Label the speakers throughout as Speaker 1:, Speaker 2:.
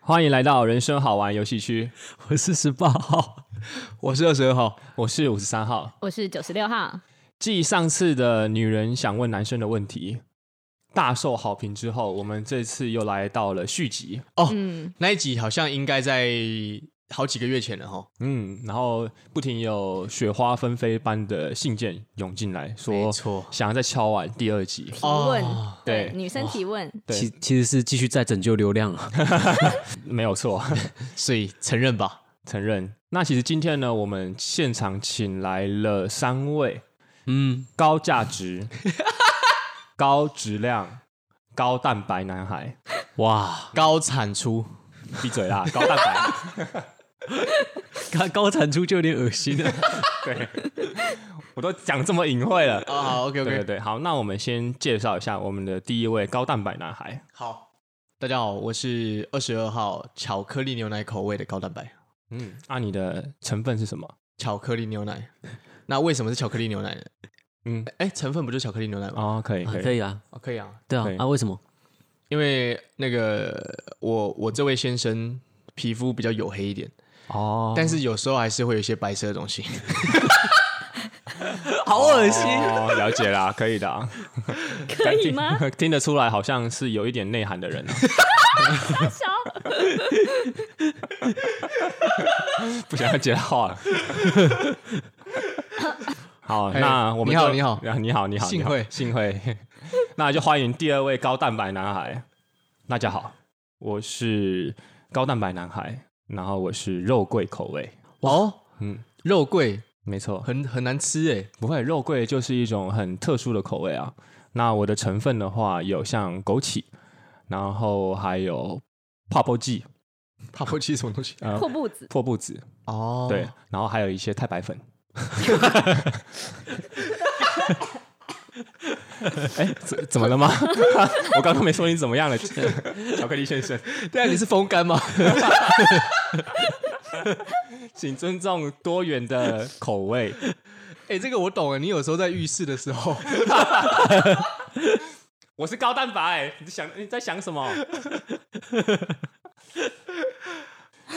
Speaker 1: 欢迎来到人生好玩游戏区，
Speaker 2: 我是十八 号，我是二十二号，
Speaker 1: 我是五十三号。
Speaker 3: 我是九十六号，
Speaker 1: 继上次的女人想问男生的问题大受好评之后，我们这次又来到了续集。
Speaker 3: 嗯，
Speaker 2: 那一集好像应该在好几个月前了哈。
Speaker 1: 嗯，然后不停有雪花纷飞般的信件涌进来，说
Speaker 2: 没错
Speaker 1: 想要再敲完第二集。
Speaker 3: 提问，
Speaker 2: 哦
Speaker 3: 对，
Speaker 1: 对
Speaker 3: 女生提问，
Speaker 1: 对
Speaker 4: 其其实是继续在拯救流量啊。
Speaker 1: 没有错，
Speaker 2: 所以承认吧，
Speaker 1: 承认。那其实今天呢，我们现场请来了三位
Speaker 4: 嗯，
Speaker 1: 高价值、 高质量、高蛋白男孩。
Speaker 4: 哇，
Speaker 2: 高产出，
Speaker 1: 闭嘴啦，高蛋白。
Speaker 4: 高高产出就有点恶心啊了。
Speaker 1: 对，我都讲这么隐晦了。
Speaker 2: 啊，好，OK
Speaker 1: 对对
Speaker 2: OK，
Speaker 1: 对，好，那我们先介绍一下我们的第一位高蛋白男孩。
Speaker 2: 好，大家好，我是二十二号巧克力牛奶口味的高蛋白
Speaker 1: 嗯，啊，你的成分是什么？
Speaker 2: 巧克力牛奶。那为什么是巧克力牛奶呢？
Speaker 1: 嗯，
Speaker 2: 哎，成分不就巧克力牛奶吗？
Speaker 1: 哦，可以
Speaker 4: 啊
Speaker 1: 可以，
Speaker 4: 可以啊，
Speaker 2: 哦，可以啊，
Speaker 4: 对啊
Speaker 1: 对，
Speaker 4: 啊，为什么？
Speaker 2: 因为那个我我这位先生皮肤比较黝黑一点，
Speaker 1: 哦，
Speaker 2: 但是有时候还是会有一些白色的东 西。
Speaker 4: 好恶心
Speaker 1: 哦，了解啦，可以的啊。
Speaker 3: 可以吗？
Speaker 1: 听？听得出来，好像是有一点内涵的人啊。
Speaker 3: 小
Speaker 1: 不想要接话 了。好，
Speaker 2: 哎
Speaker 1: 那我们
Speaker 2: 你好
Speaker 1: 就
Speaker 2: 你好
Speaker 1: 啊你好，你好，
Speaker 2: 幸
Speaker 1: 你好
Speaker 2: 会
Speaker 1: 幸会。 那就欢迎第二位高蛋白男孩。大家好，我是高蛋白男孩，然后我是肉桂口味。
Speaker 2: 哦，
Speaker 1: 嗯，
Speaker 2: 肉桂
Speaker 1: 没错，
Speaker 2: 很很难吃哎，
Speaker 1: 不会，肉桂就是一种很特殊的口味啊。那我的成分的话，有像枸杞，然后还有泡泡剂、
Speaker 2: 泡泡是什么东西？
Speaker 1: 呃
Speaker 3: 破布子，
Speaker 1: 破布子，
Speaker 2: 哦，
Speaker 1: 对，然后还有一些太白 粉。哎、怎怎么了吗？ 我刚刚没说你怎么样了， 巧克力先生，
Speaker 2: 对啊，你是风干吗？
Speaker 1: 请尊重多元的口味。
Speaker 2: 哎、这个我懂了。你有时候在浴室的时候，
Speaker 1: 我是高蛋白，你想你在想什么？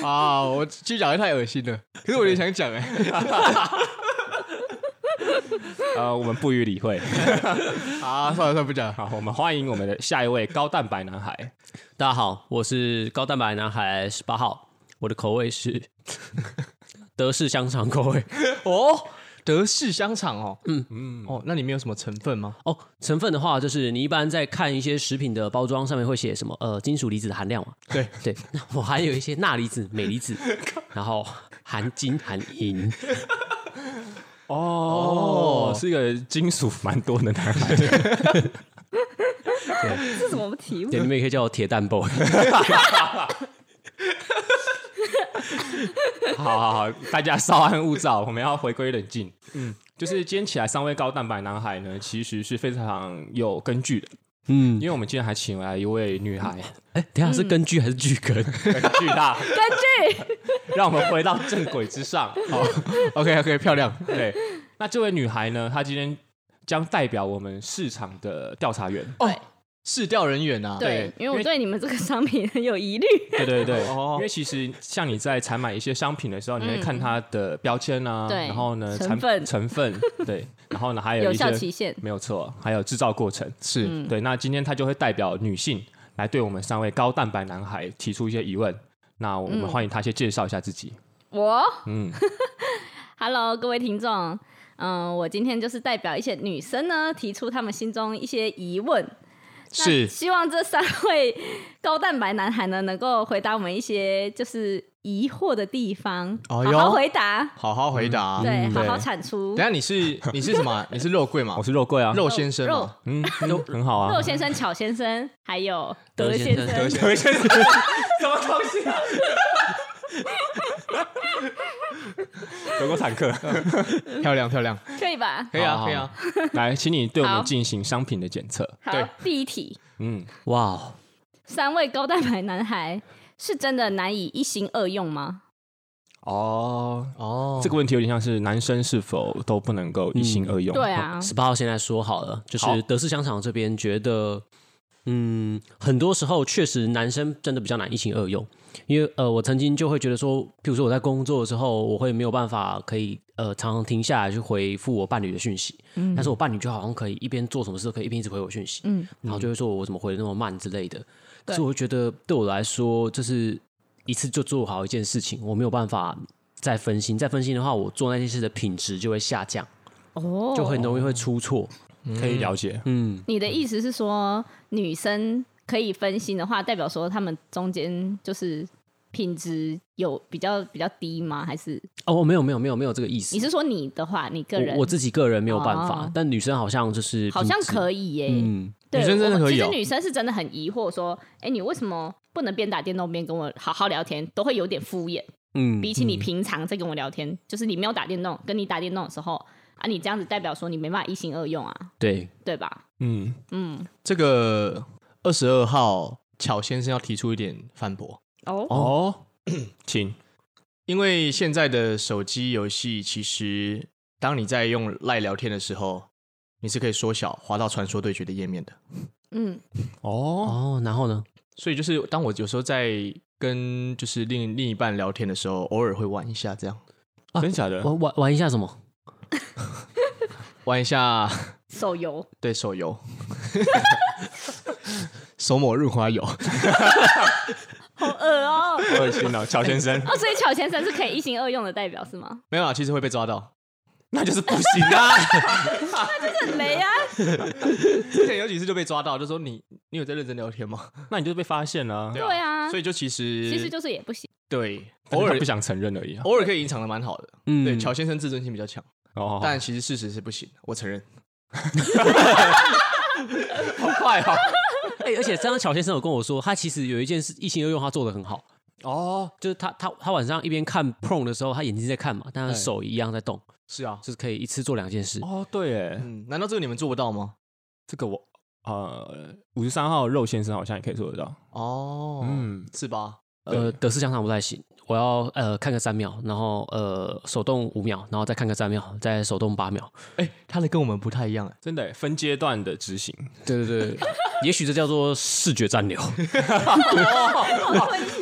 Speaker 2: 啊，我其实讲的太恶心了，可是我有点想讲哎、
Speaker 1: 呃，我们不予理会。
Speaker 2: 啊，算了算了，不讲。
Speaker 1: 好，我们欢迎我们的下一位高蛋白男孩。
Speaker 4: 大家好，我是高蛋白男孩十八号，我的口味 是德式香肠口味。
Speaker 2: 哦，德式香肠哦，嗯嗯，哦，那里面有什么成分吗？
Speaker 4: 哦，成分的话，就是你一般在看一些食品的包装上面会写什么呃金属离子的含量嘛？
Speaker 2: 对
Speaker 4: 对， 那我还有一些钠离子、镁离 子，然后含金、含银。
Speaker 1: 哦，是一个金属蛮多的男孩。
Speaker 3: 这是什么题目
Speaker 4: 对，？你们也可以叫我铁蛋 boy。
Speaker 1: 好好好，大家稍安勿躁，我们要回归冷静。嗯，就是今天起来三位高蛋白男孩呢，其实是非常有根据的，
Speaker 4: 嗯
Speaker 1: 因，为我们今天还请来一位女孩，
Speaker 4: 哎，等一下是根据还是剧根？
Speaker 1: 很巨大，
Speaker 3: 根据
Speaker 1: 让我们回到正轨之上。 好，
Speaker 2: ，OK OK，漂亮。
Speaker 1: 对，那这位女孩呢，她今天将代表我们市场的调查员。
Speaker 2: 哦，市调人员啊，
Speaker 3: 对，因为
Speaker 1: 因为
Speaker 3: 我对你们这个商品很有疑虑，
Speaker 1: 对对对，
Speaker 2: 哦
Speaker 1: 因为其实像你在采买一些商品的时候，你会看它的标签啊，
Speaker 3: 嗯对
Speaker 1: 然后呢，
Speaker 3: 成
Speaker 1: 产
Speaker 3: 分
Speaker 1: 成分，对，然后呢还有
Speaker 3: 有
Speaker 1: 一
Speaker 3: 效期
Speaker 1: 些。
Speaker 3: 限，
Speaker 1: 没有错，还有制造过程，嗯
Speaker 2: 是、
Speaker 1: 对，那今天他就会代表女性来对我们三位高蛋白男孩提出一些疑问。那我们欢迎他先介绍一下自己。
Speaker 3: 我
Speaker 1: 嗯，
Speaker 3: Hello，各位听众，嗯，我今天就是代表一些女生呢，提出她们心中一些疑问。那
Speaker 2: 是，
Speaker 3: 希望这三位高蛋白男孩呢，能够回答我们一些就是疑惑的地方，
Speaker 2: 哎
Speaker 3: 好
Speaker 2: 呦
Speaker 3: 好回答，
Speaker 2: 好好回答、
Speaker 3: 嗯
Speaker 2: 啊嗯
Speaker 3: 对，好好
Speaker 1: 对
Speaker 3: 产出
Speaker 2: 等一。下你是你是什么啊、你是肉桂吗
Speaker 1: 我？是肉桂 啊，
Speaker 2: 肉先生
Speaker 3: 肉
Speaker 2: 吗？
Speaker 1: 嗯，都很好啊
Speaker 3: 肉。先生、巧先生，还有
Speaker 4: 德
Speaker 3: 先
Speaker 4: 先
Speaker 3: 生
Speaker 4: 生，
Speaker 1: 有一些什么东西 啊？德国坦克，
Speaker 2: 漂亮漂亮，
Speaker 3: 可以吧？
Speaker 2: 可以
Speaker 1: 好
Speaker 2: 啊
Speaker 1: 好
Speaker 2: 可以啊。
Speaker 1: 来，请你对我
Speaker 3: 好
Speaker 1: 们进行商品的检测。
Speaker 3: 好
Speaker 2: 对，
Speaker 3: 第一题，
Speaker 1: 嗯，
Speaker 4: 哇哦，
Speaker 3: 三位高蛋白男孩是真的难以一心二用吗？
Speaker 1: 哦，
Speaker 2: 哦，
Speaker 1: 这个问题有点像是男生是否都不能够一心二用？
Speaker 3: 对，啊，
Speaker 4: 十八号现在说好了，就
Speaker 1: 好
Speaker 4: 是德式香肠这边觉得嗯，很多时候确实男生真的比较难一心二用，因为呃，我曾经就会觉得说，譬如说我在工作的时候，我会没有办法可以呃常常停下来去回复我伴侣的讯息，但是我伴侣就好像可以一边做什么事都可以一边一直回我讯息，
Speaker 3: 嗯
Speaker 4: 然后就会说我怎么回的那么慢之类的，可
Speaker 3: 对
Speaker 4: 是我觉得对我来说，这是一次就做好一件事情，我没有办法再分心，再分心的话，我做那件事的品质就会下降，
Speaker 3: 哦，
Speaker 4: 就很容易会出错，
Speaker 1: 哦可以了解。
Speaker 4: 嗯，
Speaker 3: 你的意思是说，女生可以分心的话，代表说她们中间就是品质有比较比较低吗？还是
Speaker 4: 哦，没有没有没有没有这个意思
Speaker 3: 你，是说你的话，你个人
Speaker 4: 我我自己个人没有办法，
Speaker 3: 哦
Speaker 4: 但女生好像就是
Speaker 3: 好像
Speaker 4: 品质
Speaker 3: 可以耶、
Speaker 4: 嗯，
Speaker 3: 对，
Speaker 2: 女生真的
Speaker 3: 我
Speaker 2: 可以
Speaker 3: 其
Speaker 2: 哦
Speaker 3: 实女生是真的很疑惑，说，哎、你为什么不能边打电动边跟我好好聊天，都会有点敷衍。
Speaker 4: 嗯
Speaker 3: 比起你平常在跟我聊天，就是你没有打电动，跟你打电动的时候啊，你这样子代表说你没办法一心二用啊，
Speaker 4: 对，
Speaker 3: 对吧？
Speaker 1: 嗯，
Speaker 3: 嗯，
Speaker 2: 这个二十二号巧先生要提出一点反驳，
Speaker 3: 哦，
Speaker 1: 哦，请
Speaker 2: 因为现在的手机游戏其实，当你在用赖聊天的时候，你是可以缩小滑到传说对决的页面的。
Speaker 3: 嗯，
Speaker 1: 哦，
Speaker 4: 哦，然后呢？
Speaker 2: 所以就是当我有时候在跟就是另另一半聊天的时候，偶尔会玩一下这样，
Speaker 4: 啊
Speaker 1: 哦真假的？
Speaker 4: 玩玩玩一下什么？
Speaker 2: 玩一下
Speaker 3: 手游，
Speaker 2: 对手游， 手抹润滑油，
Speaker 3: 好恶哦、
Speaker 1: 好恶心哦，乔先生，
Speaker 3: 哦，所以巧先生是可以一心二用的代表是吗？
Speaker 2: 没有啊，其实会被抓到。
Speaker 1: 那就是不行啊！
Speaker 3: 很雷啊！
Speaker 2: 之前有几次就被抓到，就说你你有在认真聊天吗？
Speaker 1: 那你就被发现了，
Speaker 3: 对啊
Speaker 2: 所，以就其实
Speaker 3: 其实就是也不行。
Speaker 2: 对，
Speaker 1: 偶
Speaker 2: 偶
Speaker 1: 尔
Speaker 2: 尔
Speaker 1: 不想承认而已啊。
Speaker 2: 偶尔可以隐藏的蛮好的。
Speaker 4: 嗯
Speaker 2: 对，乔先生自尊心比较强，
Speaker 1: 哦，
Speaker 2: 但其实事实是不行，我承认。
Speaker 1: 好快哦！
Speaker 4: 哎、而且刚刚乔先生有跟我说，他其实有一件事一心二用，他做的很好，
Speaker 1: 哦，
Speaker 4: 就是他他他晚上一边看 Pro 的时候，他眼睛在看嘛，但他手一样在动，
Speaker 2: 是啊，
Speaker 4: 就是可以一次做两件事。
Speaker 1: 哦，对耶，
Speaker 2: 嗯，难道这个你们做不到吗？
Speaker 1: 这个我呃，五十三号肉先生好像也可以做得到。
Speaker 2: 哦，
Speaker 1: 嗯
Speaker 2: 嗯，是吧？
Speaker 4: 呃，德式香肠不太行，我要呃看个三秒，然后呃手动五秒，然后再看个三秒，再手动八秒。
Speaker 2: 哎、他的跟我们不太一样哎、
Speaker 1: 真的耶分阶段的执行，
Speaker 4: 对对对，也许这叫做视觉暂留。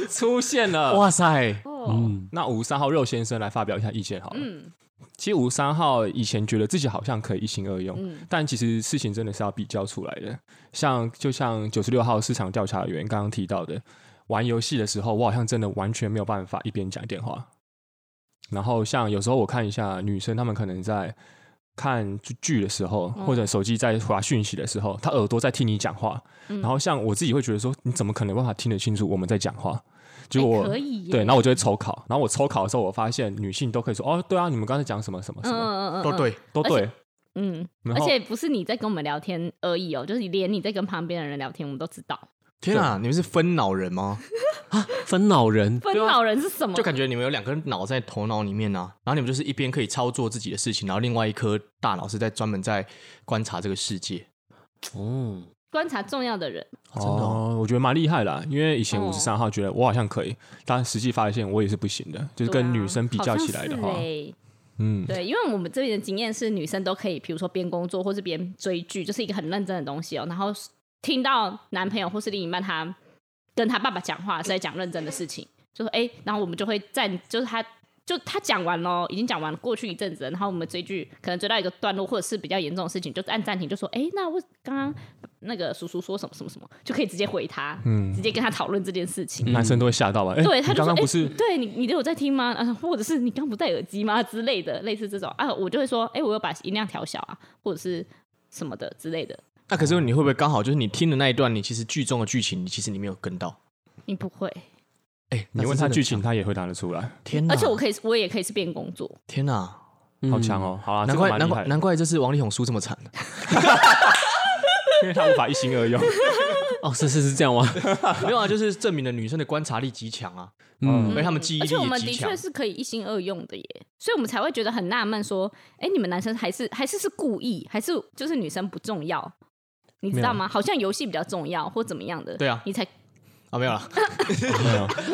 Speaker 1: 出现了
Speaker 2: 哇塞，
Speaker 3: 哦，
Speaker 4: 嗯
Speaker 1: 那五十三号肉先生来发表一下意见好了。
Speaker 3: 嗯
Speaker 1: 其实五十三号以前觉得自己好像可以一心二用，
Speaker 3: 嗯
Speaker 1: 但其实事情真的是要比较出来的。像就像九十六号市场调查员刚刚提到的，玩游戏的时候，我好像真的完全没有办法一边讲电话。然后像有时候我看一下女生，她们可能在看剧剧的时候，
Speaker 3: 嗯
Speaker 1: 或者手机在划讯息的时候，她耳朵在听你讲话。
Speaker 3: 嗯
Speaker 1: 然后像我自己会觉得说，你怎么可能有办法听得清楚我们在讲话？结果
Speaker 3: 哎
Speaker 1: 我、
Speaker 3: 可以耶
Speaker 1: 对，然后我就会抽考，然后我抽考的时候，我发现女性都可以说，哦，对啊，你们刚才讲什么什么什
Speaker 3: 嗯
Speaker 1: 么，
Speaker 3: 嗯嗯，
Speaker 2: 都对，
Speaker 1: 都
Speaker 3: 而且
Speaker 1: 哦对。
Speaker 3: 嗯，嗯，
Speaker 1: 然
Speaker 3: 而
Speaker 1: 后
Speaker 3: 且不是你在跟我们聊天而已哦，就是连你在跟旁边的人聊天，我们都知道。
Speaker 2: 天啊，你们是分脑人吗？
Speaker 4: 分脑人，
Speaker 3: 分
Speaker 1: 啊
Speaker 3: 老人是什么
Speaker 2: 就？感觉你们有两颗脑在头脑里面啊，然后你们就是一边可以操作自己的事情，然后另外一颗大脑是在专门在观察这个世界。
Speaker 4: 哦，
Speaker 3: 观察重要的人，
Speaker 1: 真的、哦，我觉得蛮厉害啦，因为以前
Speaker 3: 哦
Speaker 1: 五十三号觉得我好像可以，但实际发现我也是不行的，就是跟
Speaker 3: 对啊
Speaker 1: 女生比较起来的话
Speaker 3: 好像，是欸
Speaker 1: 嗯，
Speaker 3: 对，因为我们这里的经验是，女生都可以，比如说边工作或是边追剧，就是一个很认真的东西哦。然后听到男朋友或是另一半他跟他爸爸讲话是在讲认真的事情，就说哎、诶然后我们就会在就是他就他讲完咯，已经讲完过去一阵子了，然后我们追剧可能追到一个段落或者是比较严重的事情，就按暂停，就说哎、诶那我刚刚那个叔叔说什么什么什么，就可以直接回他，
Speaker 1: 嗯
Speaker 3: 直接跟他讨论这件事情。
Speaker 1: 男生都会吓到吧？哎、
Speaker 3: 对，
Speaker 1: 你
Speaker 3: 他就
Speaker 1: 刚刚
Speaker 3: 说：“哎、
Speaker 1: 不是、
Speaker 3: 对你，你都有在听吗？啊，或者是你刚不戴耳机吗？之类的，类似这种啊，我就会说，哎、我有把音量调小啊，或者是什么的之类的。
Speaker 2: 那可是你会不会刚好就是你听的那一段，你其实剧中的剧情，你其实你没有跟到？
Speaker 3: 你不会，
Speaker 2: 哎、
Speaker 1: 你问他
Speaker 2: 那是真的
Speaker 1: 剧情，，他也回答得出来，
Speaker 2: 天哪！
Speaker 3: 而且我可以，我也可以是边工作。
Speaker 2: 天哪！
Speaker 1: 好强哦！好啦，
Speaker 2: 难怪
Speaker 1: 这个
Speaker 2: 难
Speaker 1: 蛮厉害
Speaker 2: 怪
Speaker 1: 的
Speaker 2: 难啊怪这次王力宏输这么惨，
Speaker 1: 因为他无法一心 二用。
Speaker 4: 哦，是是是这样吗？
Speaker 2: 没有啊，就是证明了女生的观察力极强啊，
Speaker 4: 嗯
Speaker 2: 嗯，而且他们记忆
Speaker 3: 而
Speaker 2: 力
Speaker 3: 且我
Speaker 2: 也
Speaker 3: 们
Speaker 2: 极
Speaker 3: 的
Speaker 2: 强
Speaker 3: 确。是可以一心二用的耶，所以我们才会觉得很纳闷，说，哎、你们男生还是还是是故意，还是就是女生不重要，你知道吗？好像游戏比较重要，或怎么样的，
Speaker 2: 对啊
Speaker 3: 你才
Speaker 2: 啊，没有了，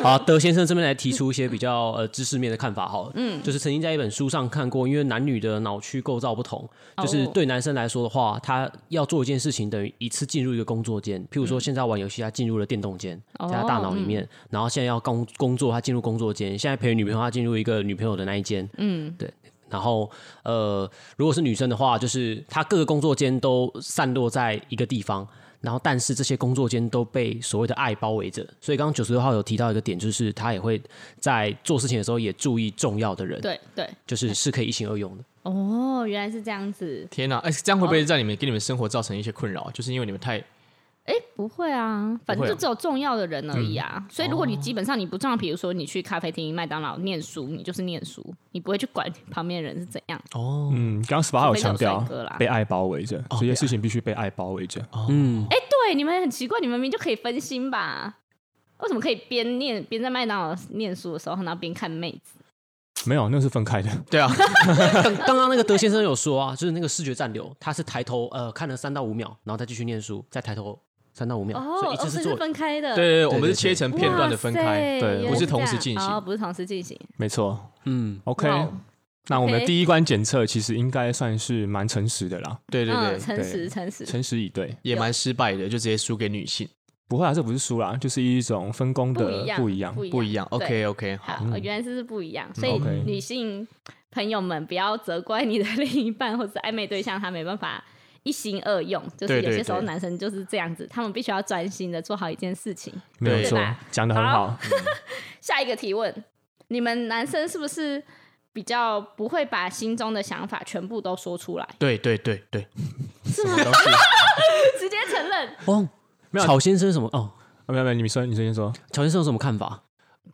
Speaker 4: 好，德先生这边来提出一些比较呃知识面的看法好了，嗯，就是曾经在一本书上看过，因为男女的脑区构造不同，就是
Speaker 3: 哦
Speaker 4: 对男生来说的话，他要做一件事情等于一次进入一个工作间，譬如说现在玩游戏，他进入了电动间，在他大脑里面，然后现在要工工作，他进入工作间，现在陪女朋友，他进入一个女朋友的那一间，嗯，对。然后，呃，如果是女生的话，就是她各个工作间都散落在一个地方，然后但是这些工作间都被所谓的爱包围着。所以刚刚九十六号有提到一个点，就是他也会在做事情的时候也注意重要的人，，
Speaker 3: 对对，
Speaker 4: 就是是可以一心二用的。
Speaker 3: 哦，原来是这样子。
Speaker 2: 天哪！哎，这样会不会在你们给你们生活造成一些困扰？就是因为你们太
Speaker 3: 哎，不会啊，反
Speaker 2: 不
Speaker 3: 正
Speaker 2: 会啊嗯
Speaker 3: 就只有重要的人而已啊。所以如果你基本上你不重要，比如说你去咖啡厅、麦当劳念书，你就是念书，你不会去管旁边人是怎样。
Speaker 2: 哦
Speaker 1: 嗯，刚刚十八号有强调
Speaker 3: 除非是有帅哥啦
Speaker 1: 被爱包围着，这些事情必须被爱包围着。
Speaker 2: 嗯哦
Speaker 3: 哎，对，你们很奇怪，你们明明就可以分心吧？为什么可以边念边在麦当劳念书的时候，然后边看妹子？
Speaker 1: 没有，那是分开的。
Speaker 2: 对 啊，
Speaker 4: 刚刚刚那个德先生有说啊，就是那个视觉暂留，他是抬头呃看了三到五秒，然后再继续念书，再抬头三到五秒，
Speaker 3: 哦，
Speaker 4: 所以一
Speaker 3: 哦，
Speaker 4: 次
Speaker 3: 这
Speaker 4: 是
Speaker 3: 是
Speaker 4: 做。
Speaker 3: 分开的，
Speaker 2: 对对，对我们
Speaker 4: 对
Speaker 2: 是切成
Speaker 3: 哇塞，
Speaker 2: 片段的分开，
Speaker 1: 对
Speaker 3: 原来
Speaker 1: 不
Speaker 2: 是
Speaker 3: 这
Speaker 2: 同时
Speaker 3: 样
Speaker 2: 进行
Speaker 3: 哦，不是同时进行。
Speaker 1: 没错
Speaker 4: 嗯，
Speaker 1: ，OK
Speaker 3: 哇。哦
Speaker 1: 那我们的
Speaker 3: OK
Speaker 1: 第一关检测其实应该算是蛮诚实的啦，
Speaker 2: 对对
Speaker 3: 嗯，
Speaker 2: 对，
Speaker 3: 诚实
Speaker 1: 对
Speaker 3: 诚实。
Speaker 1: 诚实以对。
Speaker 2: 也蛮失败的，就直接输给女性，
Speaker 1: 不会啊，这不是输啦，就是一种分工
Speaker 3: 不
Speaker 1: 的
Speaker 3: 一样，
Speaker 1: 不一样。
Speaker 2: 不一样。
Speaker 3: 对
Speaker 2: OK OK，好，嗯
Speaker 3: 好，哦原来是不一样，所以
Speaker 1: OK
Speaker 3: 女性朋友们不要责怪你的另一半或者暧昧对象，他没办法一心二用，就是
Speaker 2: 对
Speaker 3: 有
Speaker 2: 对
Speaker 3: 些时候
Speaker 2: 对
Speaker 3: 男生就是这样子，他们必须要专心的做好一件事情。
Speaker 1: 没有
Speaker 2: 对
Speaker 1: 错
Speaker 3: 吧，
Speaker 1: 讲的很好。啊
Speaker 3: 下一个提问，你们男生是不是比较不会把心中的想法全部都说 出来，
Speaker 2: 对对对对，
Speaker 3: 是吗？
Speaker 2: 都是
Speaker 3: 直接承认，
Speaker 4: 哦，
Speaker 1: 没有
Speaker 4: 曹先生有什么哦，
Speaker 1: 啊没有没有，你说，你先说。
Speaker 4: 曹先生有什么看法？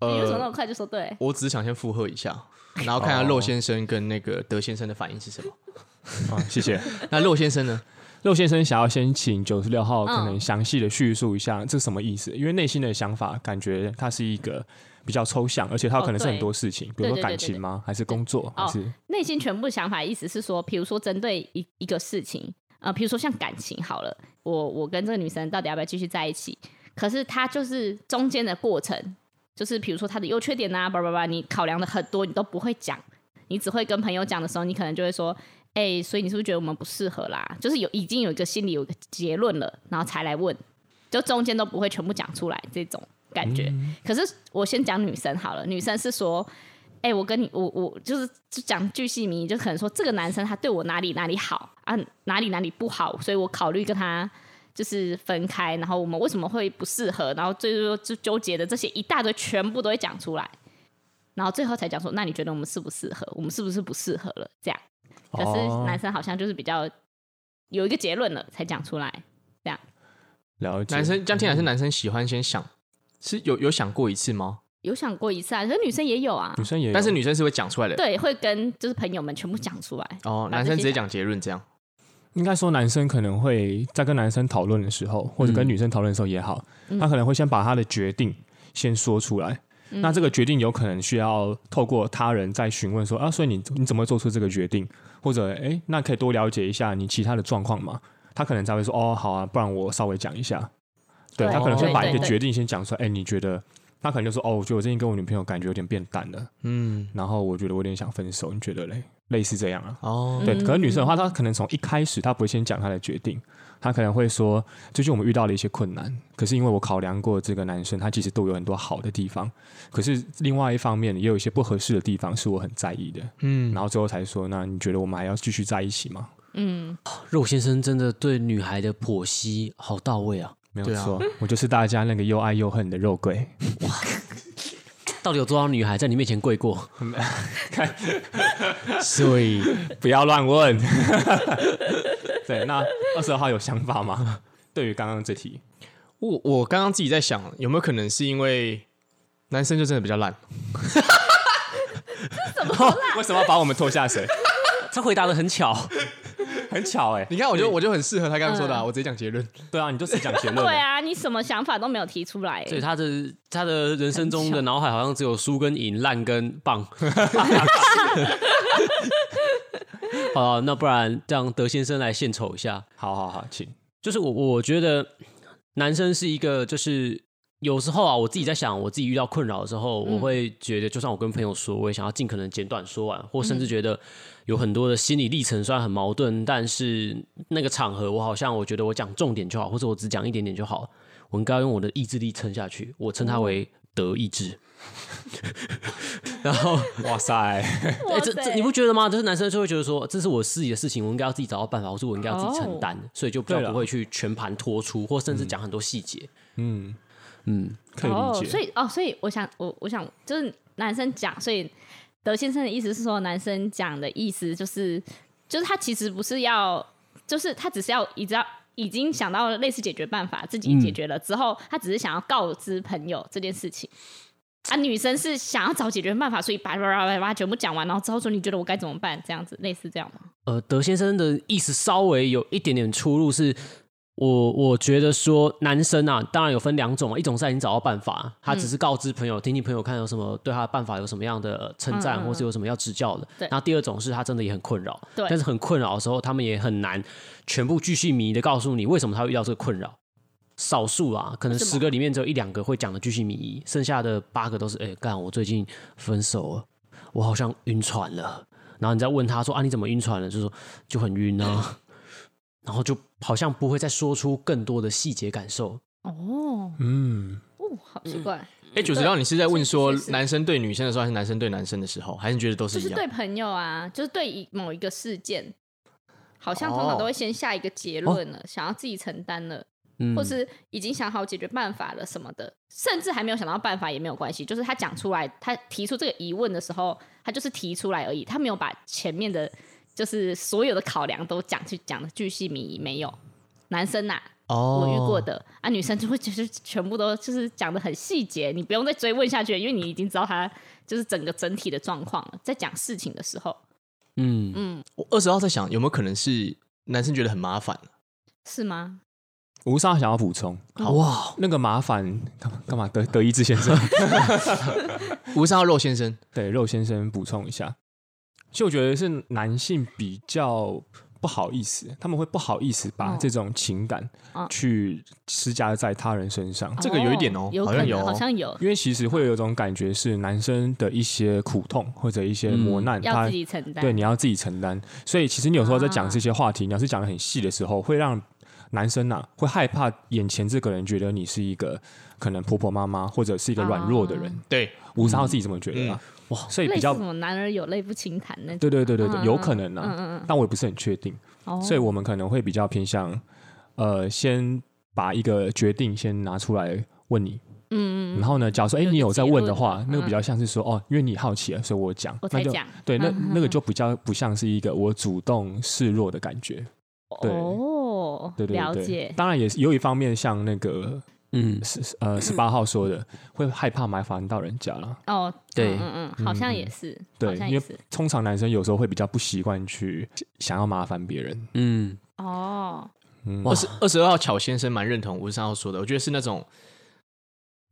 Speaker 3: 你为什么那
Speaker 2: 呃，
Speaker 3: 么快就说对？
Speaker 2: 我只是想先附和一下，然后看下肉先生跟那个德先生的反应是什么。
Speaker 1: 啊，谢谢。
Speaker 2: 那肉先生 呢？
Speaker 1: 肉先生想要先请九十六号可能
Speaker 3: 嗯
Speaker 1: 详细的叙述一下这是什么意思，因为内心的想法感觉它是一个比较抽象，而且它有可能是
Speaker 3: 哦对
Speaker 1: 很多事情，比如
Speaker 3: 对
Speaker 1: 说
Speaker 3: 对
Speaker 1: 感
Speaker 3: 对对
Speaker 1: 情吗？还是工作？还
Speaker 3: 哦
Speaker 1: 是
Speaker 3: 内心全部想法，意思是说，比如说针对一一个事情，呃，比如说像感情好了，我我跟这个女生到底要不要继续在一起？可是她就是中间的过程，就是比如说她的优缺点啊，叭叭叭，你考量的很多，你都不会讲，你只会跟朋友讲的时候，你可能就会说，哎、所以你是不是觉得我们不适合啦？就是有已经有一个心里有一个结论了，然后才来问，就中间都不会全部讲出来这种感觉。可是我先讲女生好了，女生是说。哎、我跟你，我我就是就讲巨细迷，就可能说这个男生他对我哪里哪里好啊，哪里哪里不好，所以我考虑跟他就是分开，然后我们为什么会不适合，然后最后就纠结的这些一大堆全部都会讲出来，然后最后才讲说，那你觉得我们适不适合？我们是不是不适合了？这样，可是
Speaker 1: 哦
Speaker 3: 男生好像就是比较有一个结论了才讲出来，
Speaker 1: 了解？
Speaker 2: 男生这样听起来是嗯男生喜欢先想，是有有想过一次吗？
Speaker 3: 有想过一次啊，可是女生也有啊
Speaker 1: 女，生也有，
Speaker 2: 但是女生是会讲出来的。
Speaker 3: 对，会跟就是朋友们全部讲出来，
Speaker 2: 哦，
Speaker 3: 把
Speaker 2: 男
Speaker 3: 这
Speaker 2: 生
Speaker 3: 些
Speaker 2: 直接
Speaker 3: 讲
Speaker 2: 讲结论这样。
Speaker 1: 应该说，男生可能会在跟男生讨论的时候，或者跟
Speaker 3: 嗯
Speaker 1: 女生讨论的时候也好，他可能会先把他的决定先说出来。
Speaker 3: 嗯
Speaker 1: 那这个决定有可能需要透过他人再询问说啊，所以你你怎么会做出这个决定？或者诶，那可以多了解一下你其他的状况嘛？他可能才会说哦，好啊，不然我稍微讲一下。对
Speaker 3: 对
Speaker 1: 他可能先把一个
Speaker 3: 哦对对
Speaker 1: 决定先讲出来。哎，你觉得？他可能就说哦，我觉得我最近跟我女朋友感觉有点变淡了，
Speaker 2: 嗯，
Speaker 1: 然后我觉得我有点想分手，你觉得嘞？类似这样啊？
Speaker 2: 哦，
Speaker 1: 对，
Speaker 3: 嗯
Speaker 1: 可能女生的话，她可能从一开始她不会先讲她的决定，她可能会说，最近我们遇到了一些困难，可是因为我考量过这个男生，他其实对我有很多好的地方，可是另外一方面也有一些不合适的地方是我很在意的，嗯，然后最后才说，那你觉得我们还要继续在一起吗？
Speaker 3: 嗯，
Speaker 4: 肉先生真的对女孩的剖析好到位啊！
Speaker 1: 没有
Speaker 2: 对啊
Speaker 1: 错，我就是大家那个又爱又恨的肉桂，
Speaker 4: 到底有多少女孩在你面前跪过？
Speaker 2: 所以
Speaker 1: 不要乱问。 对，那二十二号有想法吗？对于刚刚这题，
Speaker 2: 我我刚刚自己在想，有没有可能是因为男生就真的比较烂？
Speaker 1: 为什么要把我们拖下水？
Speaker 4: 他回答的很巧，
Speaker 1: 很巧哎、
Speaker 2: 你看，我觉得我就很适合他刚刚说的啊，我直接讲结论。
Speaker 1: 对啊，你就只讲结论了。
Speaker 3: 对啊，你什么想法都没有提出来、
Speaker 4: 所以他的他的人生中的脑海好像只有输跟赢、烂跟棒。好啊、那不然让德先生来献丑一下。
Speaker 1: 好好好，请。
Speaker 4: 就是我我觉得男生是一个就是有时候啊，我自己在想，我自己遇到困扰的时候，
Speaker 3: 嗯
Speaker 4: 我会觉得，就算我跟朋友说，我也想要尽可能简短说完，或甚至
Speaker 3: 嗯
Speaker 4: 觉得有很多的心理历程，虽然很矛盾，但是那个场合，我好像我觉得我讲重点就好，或者我只讲一点点就好，我应该要用我的意志力撑下去，我
Speaker 3: 嗯
Speaker 4: 称它为德意志。 然后，
Speaker 1: 哇塞，
Speaker 4: 哎、
Speaker 3: 哇
Speaker 4: 这
Speaker 3: 塞
Speaker 4: 这你不觉得吗？就是男生就会觉得说，这是我自己的事情，我应该要自己找到办法，或者我应该要自己承担，
Speaker 3: 哦
Speaker 4: 所以就比较
Speaker 1: 对了
Speaker 4: 不会去全盘托出，或甚至讲很多细节。
Speaker 1: 嗯，
Speaker 4: 嗯，
Speaker 1: 可以理
Speaker 3: 哦，
Speaker 1: 解。
Speaker 3: 所以哦，所以我想，我我想就是男生讲，所以德先生的意思是说，男生讲的意思就是，就是他其实不是要，就是他只是要已知道已经想到了类似解决办法，自己
Speaker 4: 嗯
Speaker 3: 解决了、之后，他只是想要告知朋友这件事情。啊，女生是想要找解决办法，所以叭叭叭叭叭全部讲完，然后之后说你觉得我该怎么办？这样子类似这样吗？
Speaker 4: 呃，德先生的意思稍微有一点点出入是。我我觉得说男生啊，当然有分两种嘛，一种是他已经找到办法，他
Speaker 3: 嗯
Speaker 4: 只是告知朋友，听听朋友看有什么对他的办法有什么样的称赞，
Speaker 3: 嗯嗯
Speaker 4: 或是有什么要指教的。
Speaker 3: 对
Speaker 4: 那第二种是他真的也很困扰，
Speaker 3: 对
Speaker 4: 但是很困扰的时候，他们也很难全部巨细靡遗的告诉你为什么他会遇到这个困扰。少数啊，可能
Speaker 3: 为什么
Speaker 4: 十个里面只有一两个会讲的巨细靡遗，剩下的八个都是哎干、我最近分手了，我好像晕船了。然后你再问他说啊你怎么晕船了？就说就很晕啊， 然后就好像不会再说出更多的细节感受。
Speaker 3: 哦，
Speaker 1: 嗯，
Speaker 3: 哦，好奇怪，
Speaker 2: 哎，九十六，你是在问说
Speaker 3: 确实确实
Speaker 2: 男生对女生的时候，还是男生对男生的时候，还是你觉得都是
Speaker 3: 就
Speaker 2: 一
Speaker 3: 是
Speaker 2: 样？
Speaker 3: 对朋友啊，就是对一某一个事件，好像通
Speaker 2: 哦
Speaker 3: 常都会先下一个结论了，想要自己承担了，
Speaker 4: 嗯，
Speaker 3: 或是已经想好解决办法了什么的，甚至还没有想到办法也没有关系，就是他讲出来，他提出这个疑问的时候，他就是提出来而已，他没有把前面的就是所有的考量都讲去讲的巨细靡遗，没有。男生啊呐、
Speaker 2: 哦
Speaker 3: 我遇过的、啊，女生就会就是全部都就是讲的很细节，你不用再追问下去，因为你已经知道她就是整个整体的状况了。在讲事情的时候，
Speaker 4: 嗯
Speaker 3: 嗯，
Speaker 2: 我二十号在想有没有可能是男生觉得很麻 烦，
Speaker 3: 是吗？
Speaker 1: 吴少想要补充，
Speaker 4: 哇，
Speaker 1: 那个麻烦干嘛干嘛？德德意志先生，
Speaker 2: 五十号肉先生
Speaker 1: 对肉先生补充一下。其实我觉得是男性比较不好意思，他们会不好意思把
Speaker 3: 哦
Speaker 1: 这种情感
Speaker 3: 哦
Speaker 1: 去施加在他人身上，
Speaker 2: 这个有一点哦
Speaker 3: 有
Speaker 2: 好
Speaker 3: 可
Speaker 2: 像
Speaker 3: 能
Speaker 2: 有哦
Speaker 3: 好像有
Speaker 1: 因为其实会有一种感觉是男生的一些苦痛或者一些磨难，
Speaker 3: 嗯要
Speaker 1: 他
Speaker 3: 自己承担。
Speaker 1: 对，你要自己承担。所以其实你有时候在讲
Speaker 3: 啊
Speaker 1: 这些话题，你要是讲的很细的时候，会让男生呐、啊会害怕眼前这个人觉得你是一个可能婆婆妈妈或者是一个软弱的人。
Speaker 2: 对，
Speaker 1: 吴三号自己这么觉得啊，哇，所以
Speaker 3: 哦类
Speaker 1: 比
Speaker 3: 似
Speaker 1: 较
Speaker 3: 什么男儿有泪不轻弹那种。
Speaker 1: 对对对对对，
Speaker 3: 嗯
Speaker 1: 有
Speaker 3: 嗯
Speaker 1: 可能啊，
Speaker 3: 嗯嗯
Speaker 1: 但我也不是很确定，
Speaker 3: 嗯，哦
Speaker 1: 所以我们可能会比较偏向呃，先把一个决定先拿出来问你。
Speaker 3: 嗯嗯
Speaker 1: 然后呢？假如说，哎，
Speaker 3: 有
Speaker 1: 你
Speaker 3: 个
Speaker 1: 有在
Speaker 3: 结
Speaker 1: 问的
Speaker 3: 论
Speaker 1: 话，那个比
Speaker 3: 嗯
Speaker 1: 较像是说，哦，因为你好奇了，所以我讲，
Speaker 3: 我
Speaker 1: 那
Speaker 3: 才
Speaker 1: 就
Speaker 3: 讲
Speaker 1: 对，那
Speaker 3: 嗯
Speaker 1: 那个就比较不像是一个我主动示弱的感觉，对
Speaker 3: 哦，
Speaker 1: 对对
Speaker 3: 了
Speaker 1: 对
Speaker 3: 解。
Speaker 1: 当然也是有一方面，像那个
Speaker 4: 嗯，
Speaker 1: 十呃十八号说的，会害怕麻烦到人家啦。
Speaker 3: 哦，
Speaker 4: 对
Speaker 3: 嗯嗯嗯，好像也是，好
Speaker 1: 对，
Speaker 3: 像
Speaker 1: 因
Speaker 3: 也
Speaker 1: 为
Speaker 3: 是。
Speaker 1: 通常男生有时候会比较不习惯去想要麻烦别人。
Speaker 4: 嗯，
Speaker 3: 哦，
Speaker 1: 嗯，
Speaker 2: 二十二十二号巧先生蛮认同五十三号说的，我觉得是那种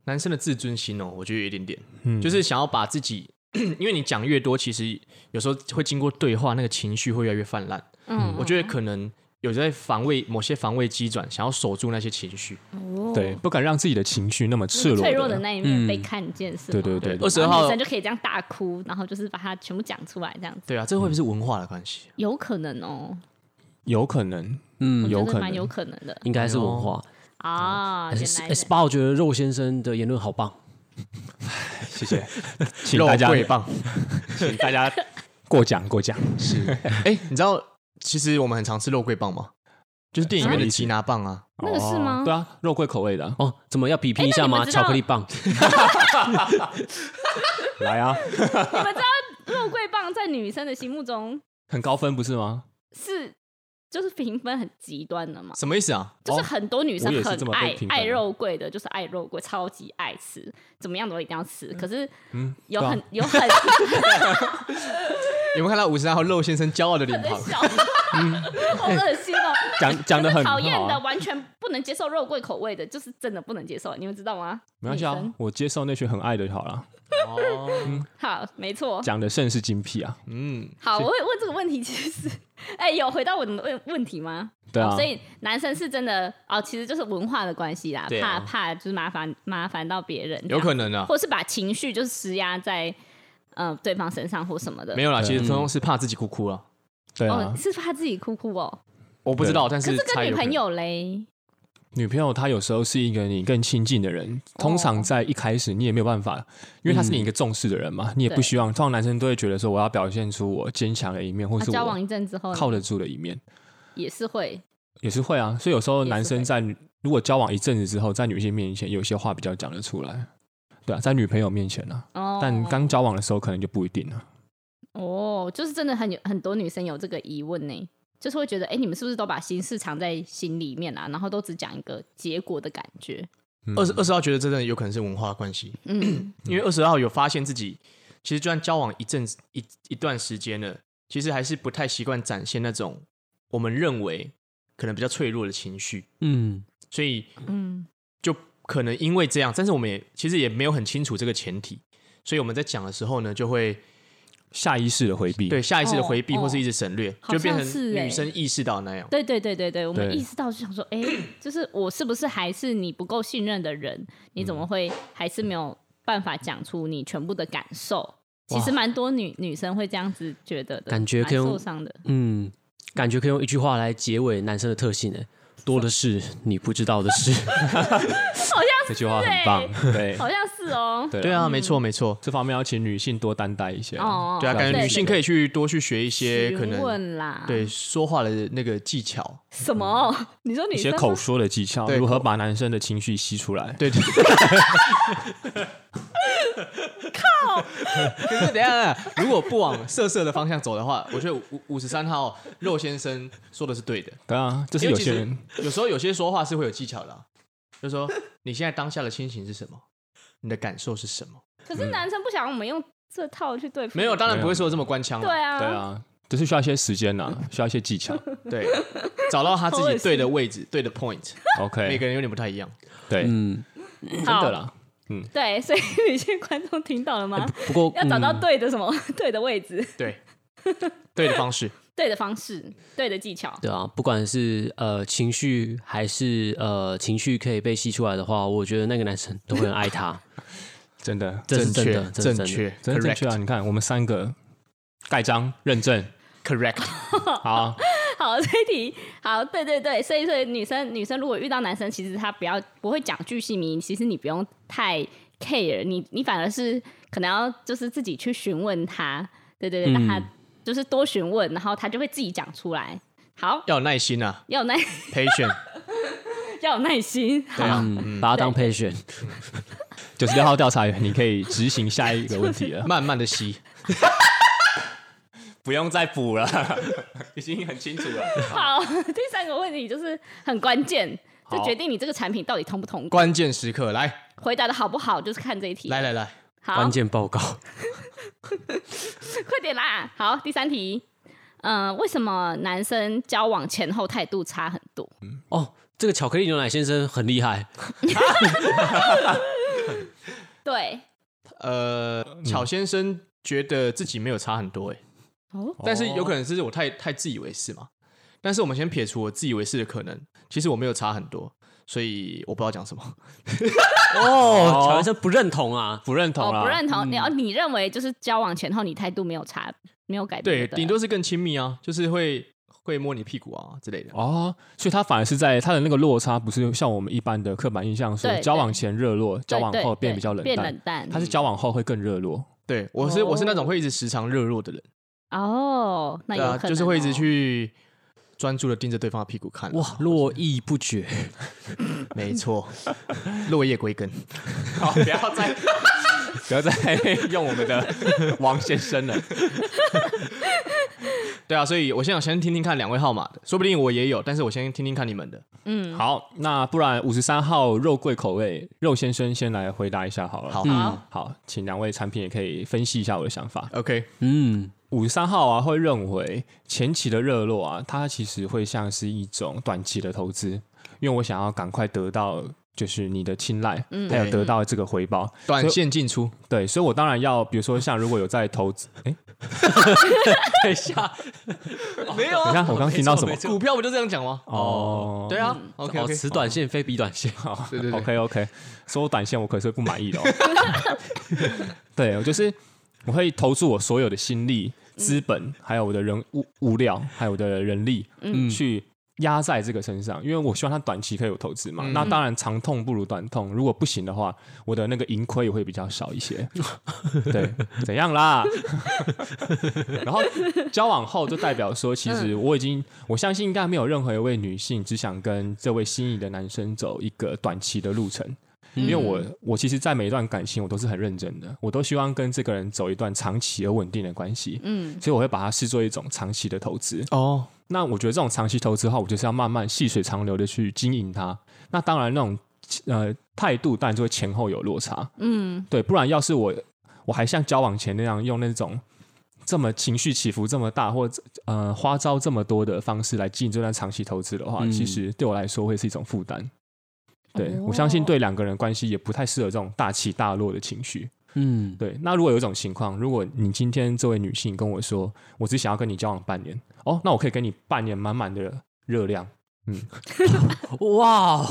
Speaker 2: 男生的自尊心哦，我觉得有一点点，
Speaker 1: 嗯
Speaker 2: 就是想要把自己， 因为你讲越多，其实有时候会经过对话，那个情绪会越来越泛滥。
Speaker 3: 嗯，
Speaker 2: 我觉得可能有在防卫某些防卫机转，想要守住那些情绪。
Speaker 3: 哦
Speaker 1: 对，不敢让自己的情绪那么赤裸
Speaker 3: 脆弱的
Speaker 1: 的。
Speaker 3: 那一面
Speaker 4: 嗯
Speaker 3: 被看见是吗？
Speaker 1: 对对对，
Speaker 2: 二十
Speaker 3: 然后
Speaker 2: 号
Speaker 3: 女生就可以这样大哭，然后就是把它全部讲出来，这样子
Speaker 2: 对啊，这会不会是文化的关系？
Speaker 3: 有可能哦，
Speaker 1: 有可能，
Speaker 3: 我
Speaker 1: 嗯，
Speaker 3: 觉
Speaker 1: 有
Speaker 3: 得
Speaker 1: 可
Speaker 3: 蛮有
Speaker 1: 能，
Speaker 3: 可能的
Speaker 4: 应该是文
Speaker 3: 哦
Speaker 4: 化。
Speaker 3: 啊。原来
Speaker 4: 哎
Speaker 3: 是
Speaker 4: 十八，我觉得肉先生的言论好棒。
Speaker 1: 谢谢，请
Speaker 2: 肉
Speaker 1: 大家
Speaker 2: 桂棒
Speaker 1: 请大家 过奖过奖，
Speaker 2: 是。 哎、你知道其实我们很常吃肉桂棒吗？就是电影院
Speaker 1: 什么
Speaker 2: 的
Speaker 1: 意思
Speaker 2: 吉拿棒啊。
Speaker 3: 那个是
Speaker 1: 哦
Speaker 3: 吗
Speaker 1: 对啊，肉桂口味的啊，
Speaker 4: 哦，怎么要比拼一
Speaker 3: 哎那
Speaker 4: 下
Speaker 3: 你们
Speaker 4: 吗？
Speaker 3: 知道
Speaker 4: 巧克力棒，
Speaker 1: 来啊，
Speaker 3: 你们知道肉桂棒在女生的心目中
Speaker 1: 很高分不是吗？
Speaker 3: 是就是评分很极端的嘛？
Speaker 2: 什么意思啊？
Speaker 3: 哦就是很多女生
Speaker 1: 我也是
Speaker 3: 很
Speaker 1: 这么被
Speaker 3: 爱
Speaker 1: 评分的
Speaker 3: 爱肉桂的，就是爱肉桂，超级爱吃，怎么样都一定要吃。可是
Speaker 1: 嗯，
Speaker 3: 有
Speaker 1: 对啊
Speaker 3: 很 有很
Speaker 2: 有没有看到五十三号肉先生骄傲的脸庞
Speaker 3: 很？小， 好恶心哦。
Speaker 1: 讲讲的很
Speaker 3: 讨
Speaker 1: 好
Speaker 3: 厌的，
Speaker 1: 啊，
Speaker 3: 完全不能接受肉桂口味的，就是真的不能接受，你们知道吗？
Speaker 1: 没关系
Speaker 3: 女
Speaker 1: 啊
Speaker 3: 生，
Speaker 1: 我接受那群很爱的就好了。
Speaker 2: 哦，
Speaker 3: 好，没错。
Speaker 1: 讲的甚是精辟啊，
Speaker 2: 嗯，
Speaker 3: 好，我会问这个问题，其实， 哎、有回答我的问问题吗？
Speaker 1: 对啊
Speaker 3: 哦所以男生是真的哦，其实就是文化的关系啦，
Speaker 4: 对啊
Speaker 3: 怕怕就是麻烦麻烦到别人，
Speaker 2: 有可能啊
Speaker 3: 能，或是把情绪就是施压在呃对方身上或什么的。
Speaker 2: 没有啦，其实通通是怕自己哭哭了。
Speaker 1: 对啊
Speaker 3: 哦，，是怕自己哭哭哦。
Speaker 2: 我不知道，但
Speaker 3: 可是
Speaker 2: 猜
Speaker 3: 跟女
Speaker 2: 有可能
Speaker 3: 朋友嘞，
Speaker 1: 女朋友她有时候是一个你更亲近的人，
Speaker 3: 哦
Speaker 1: 通常在一开始你也没有办法，因为她是你一个重视的人嘛，你也不
Speaker 3: 嗯对
Speaker 1: 希望。通常男生都会觉得说，我要表现出我坚强的一面，或
Speaker 3: 啊
Speaker 1: 是
Speaker 3: 交往
Speaker 1: 我
Speaker 3: 一阵之后
Speaker 1: 靠得住的一面，
Speaker 3: 也是会
Speaker 1: 也是会啊。所以有时候
Speaker 3: 也是
Speaker 1: 男生
Speaker 3: 会
Speaker 1: 在女如果交往一阵子之后，在女性面前有些话比较讲得出来，对啊，在女朋友面前啊，
Speaker 3: 哦。
Speaker 1: 但刚交往的时候可能就不一定了。啊
Speaker 3: 哦，就是真的很有很多女生有这个疑问呢，就是会觉得，哎、你们是不是都把心事藏在心里面啊啦？然后都只讲一个结果的感觉。
Speaker 1: 嗯
Speaker 2: 二十二十号觉得这真的有可能是文化关系，
Speaker 3: 嗯，
Speaker 2: 因为二十号有发现自己其实就算交往一阵子一一段时间了，其实还是不太习惯展现那种我们认为可能比较脆弱的情绪，
Speaker 4: 嗯，
Speaker 2: 所以
Speaker 3: 嗯，
Speaker 2: 就可能因为这样，但是我们也其实也没有很清楚这个前提，所以我们在讲的时候呢，就会
Speaker 1: 下意识的回避，
Speaker 2: 对下意识的回避
Speaker 3: 哦
Speaker 2: 或是一直省略，
Speaker 3: 好
Speaker 2: 就变
Speaker 3: 像是
Speaker 2: 成
Speaker 3: 欸
Speaker 2: 女生意识到那样。
Speaker 3: 对对对对对，我们
Speaker 1: 对
Speaker 3: 意识到就想说，哎、 就是我是不是还是你不够信任的人？你怎么会还是没有办法讲出你全部的感受？其实蛮多女女生会这样子觉得的，
Speaker 4: 感觉
Speaker 3: 蛮
Speaker 4: 可以用
Speaker 3: 受伤的。
Speaker 4: 嗯，感觉可以用一句话来结尾男生的特性诶，哎多的是你不知道的 事。
Speaker 1: 这句话很棒，对
Speaker 3: 哎好像是哦。
Speaker 1: 对
Speaker 2: 对
Speaker 1: 啊，
Speaker 2: 啊，没错没错，
Speaker 1: 这方面要请女性多担待一些啊。
Speaker 3: 哦，
Speaker 2: 对啊，感觉
Speaker 1: 对
Speaker 2: 女性可以去多去学一些可
Speaker 3: 询
Speaker 2: 能
Speaker 3: 问啊啦，
Speaker 2: 对说话的那个技巧，
Speaker 3: 什么？你说女
Speaker 1: 一些
Speaker 3: 生
Speaker 1: 口
Speaker 3: 吗
Speaker 1: 说的技巧，
Speaker 2: 对
Speaker 1: 如何把男生的情绪吸出来？
Speaker 2: 对 对。靠！可是等一下，等一下如果不往色色的方向走的话，我觉得五五十三号肉先生说的是对 的，
Speaker 1: 对啊，就是
Speaker 2: 因为
Speaker 1: 有
Speaker 2: 其
Speaker 1: 些
Speaker 2: 实
Speaker 1: 人
Speaker 2: 有时候有些说话是会有技巧的啊、就说你现在当下的心情是什么，你的感受是什么？
Speaker 3: 可是男生不想我们用这套去对付，
Speaker 2: 没有，当然不会说的这么官腔
Speaker 3: 对
Speaker 2: 了。
Speaker 3: 啊，
Speaker 1: 对啊，就是需要一些时间呐， 需要一些技巧。
Speaker 2: 对，找到他自
Speaker 3: 好恶
Speaker 2: 己
Speaker 3: 心
Speaker 2: 对的位置，对的 point，每
Speaker 1: OK，
Speaker 2: 个人有点不太一样。
Speaker 1: 对，真
Speaker 4: 嗯，
Speaker 3: 好
Speaker 1: 的啦，
Speaker 3: 对，所以 女性观众听到了吗？
Speaker 4: 哎不过
Speaker 3: 要找到
Speaker 4: 嗯
Speaker 3: 对的什么、对的位置、
Speaker 2: 对，对的方式，
Speaker 3: 对的方式、对的技巧，
Speaker 4: 对啊，不管是呃情绪还是呃情绪可以被吸出来的话，我觉得那个男生都会很爱他，
Speaker 1: 真的，
Speaker 4: 这是真
Speaker 2: 确
Speaker 4: 的，这是
Speaker 2: 正
Speaker 4: 真的。
Speaker 2: 确，
Speaker 1: 真的正确啊！
Speaker 2: correct，
Speaker 1: 你看，我们三个盖章认证，
Speaker 2: correct，
Speaker 1: 好啊，
Speaker 3: 好，这一题好，对对对，所以所以女生女生如果遇到男生，其实他不要不会讲巨细靡遗，其实你不用太 care，你你反而是可能要就是自己去询问他，对对对，让他
Speaker 4: 嗯
Speaker 3: 就是多询问，然后他就会自己讲出来。好，
Speaker 2: 要有耐心啊
Speaker 3: 要有耐
Speaker 2: ，patient。
Speaker 3: 要有耐心，
Speaker 2: 对啊，
Speaker 4: 嗯，把他当配选，
Speaker 1: 九十六号调查员，你可以执行下一个问题 了，
Speaker 2: 慢慢的吸。
Speaker 1: 不用再补了，已经很清楚了。
Speaker 3: 好， 第三个问题就是很关键，就决定你这个产品到底通不通过，
Speaker 2: 关键时刻，来
Speaker 3: 回答的好不好，就是看这一题。
Speaker 2: 来来来，
Speaker 3: 好
Speaker 4: 关，键报告。
Speaker 3: 快点啦！好，第三题，嗯、为什么男生交往前后态度差很多？
Speaker 4: 哦，这个巧克力牛奶先生很厉害，
Speaker 3: 对，
Speaker 2: 呃，巧先生觉得自己没有差很多哎、
Speaker 3: 哦，
Speaker 2: 但是有可能是我太太自以为是嘛。但是我们先撇除我自以为是的可能，其实我没有差很多，所以我不知道讲什么。
Speaker 4: 哦，乔先生不认同啊，
Speaker 1: 不认同
Speaker 3: 我
Speaker 1: 啦，嗯
Speaker 3: 不认同你哦，你认为就是交往前后你态度没有差，没有改
Speaker 2: 对，
Speaker 3: 变，
Speaker 2: 顶多是更亲密啊，就是会会摸你屁股啊之类的。
Speaker 1: 哦，所以他反而是在他的那个落差，不是像我们一般的刻板印象说
Speaker 3: 对对
Speaker 1: 交往前热络，交
Speaker 3: 对
Speaker 1: 往
Speaker 3: 对
Speaker 1: 后变
Speaker 3: 对
Speaker 1: 比较冷
Speaker 3: 变
Speaker 1: 淡
Speaker 3: 冷，嗯淡，
Speaker 1: 他是交往后会更热络。
Speaker 2: 对我是、
Speaker 3: 哦
Speaker 2: 我是那种会一直时常热络的人，
Speaker 3: 哦，那有
Speaker 2: 对
Speaker 3: 可能、
Speaker 2: 啊，就是会一直
Speaker 3: 哦
Speaker 2: 去专注的盯着对方的屁股看啊。
Speaker 4: 哇，络绎不绝。
Speaker 2: 没错，落叶归根。
Speaker 1: 好，不要再不要再用我们 的王先生了。
Speaker 2: 对啊，所以我先想先听听看两位号码的，说不定我也有，但是我先听听看你们的。
Speaker 4: 嗯
Speaker 1: 好，那不然五十三号肉桂口味肉先生先来回答一下好了。
Speaker 2: 好
Speaker 4: 嗯
Speaker 1: 好，请两位产品也可以分析一下我的想法。
Speaker 2: ，OK，
Speaker 4: 嗯，
Speaker 1: 五十三号啊，会认为前期的热络啊，它其实会像是一种短期的投资，因为我想要赶快得到就是你的青睐，
Speaker 3: 嗯
Speaker 1: 还有得到这个回报。
Speaker 2: 短线进出，
Speaker 1: 对，所以我当然要，比如说像如果有在投 资，哎、
Speaker 2: 等一下， 没有啊，
Speaker 1: 你看我刚听到什么
Speaker 4: 没错
Speaker 2: 股票不就这样讲吗？
Speaker 1: 哦，
Speaker 2: 对啊，OK
Speaker 4: 哦，
Speaker 2: OK，
Speaker 4: 此短线非彼短线，
Speaker 2: 对对对
Speaker 1: OK OK，说短线我可是会不满意的、哦。 对，我就是我会投注我所有的心力、资本，还有我的人物物料，还有我的人力，嗯，去压在这个身上，因为我希望它短期可以有投资嘛。
Speaker 2: 嗯
Speaker 1: 那当然长痛不如短痛，如果不行的话，我的那个盈亏也会比较少一 些。对，怎样啦？ 然后交往后就代表说，其
Speaker 2: 嗯
Speaker 1: 实我已经，我相信应该没有任何一位女性只想跟这位心仪的男生走一个短期的路程，因为我我其实，在每一段感情我都是很认真的，我都希望跟这个人走一段长期而稳定的关系，
Speaker 3: 嗯
Speaker 1: 所以我会把它视作一种长期的投资。
Speaker 2: 哦，
Speaker 1: 那我觉得这种长期投资的话，我就是要慢慢细水长流的去经营它。那当然，那种呃态度当然就会前后有落差，
Speaker 3: 嗯
Speaker 1: 对，不然要是我我还像交往前那样用那种这么情绪起伏这么大，或者呃花招这么多的方式来进这段长期投资的话，
Speaker 4: 嗯
Speaker 1: 其实对我来说会是一种负担。对、
Speaker 3: 哦
Speaker 1: 我相信对两个人关系也不太适合这种大起大落的情绪。
Speaker 4: 嗯，
Speaker 1: 对，那如果有一种情况，如果你今天这位女性跟我说，我只想要跟你交往半年，哦，那我可以给你半年满满的热量。
Speaker 4: 哇哦哇，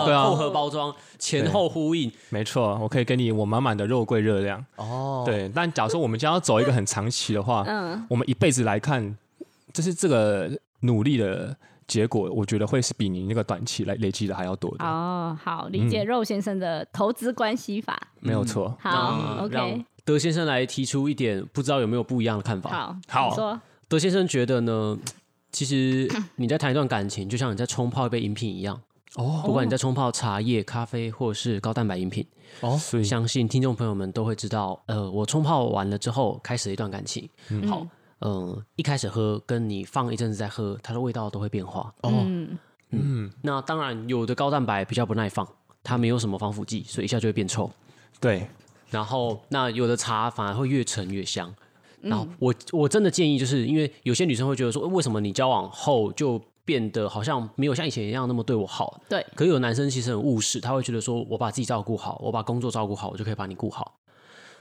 Speaker 2: 哇，
Speaker 1: 对啊
Speaker 4: 后盒包装，前后呼应，
Speaker 1: 没错，我可以给你我满满的肉桂热量。
Speaker 2: 哦，
Speaker 1: 对，但假如说我们将要走一个很长期的话，
Speaker 3: 嗯，
Speaker 1: 我们一辈子来看，就是这个努力的结果，我觉得会是比你那个短期来累积的还要多的，
Speaker 3: 哦，好，理
Speaker 1: 嗯
Speaker 3: 解肉先生的投资关系法。
Speaker 1: 没有错。嗯
Speaker 3: 好
Speaker 4: 让
Speaker 3: ，OK，
Speaker 4: 德先生来提出一点不知道有没有不一样的看法。
Speaker 3: 好，
Speaker 1: 好
Speaker 3: 你说，
Speaker 4: 德先生觉得呢，其实你在谈一段感情，就像你在冲泡一杯饮品一样。
Speaker 3: 嗯
Speaker 4: 哦，不管你在冲泡茶叶、咖啡或是高蛋白饮品，
Speaker 1: 哦，所以
Speaker 4: 相信听众朋友们都会知道，呃，我冲泡完了之后开始一段感情，
Speaker 3: 好，
Speaker 4: 嗯、一开始喝跟你放一阵子再喝，它的味道都会变化。
Speaker 3: 嗯
Speaker 4: 那当然，有的高蛋白比较不耐放，它没有什么防腐剂，所以一下就会变臭。
Speaker 1: 对，
Speaker 4: 然后那有的茶反而会越沉越香。然后我我真的建议，就是因为有些女生会觉得说，为什么你交往后就变得好像没有像以前一样那么对我好？
Speaker 3: 对，
Speaker 4: 可有的男生其实很务实，他会觉得说我把自己照顾好，我把工作照顾好，我就可以把你顾好。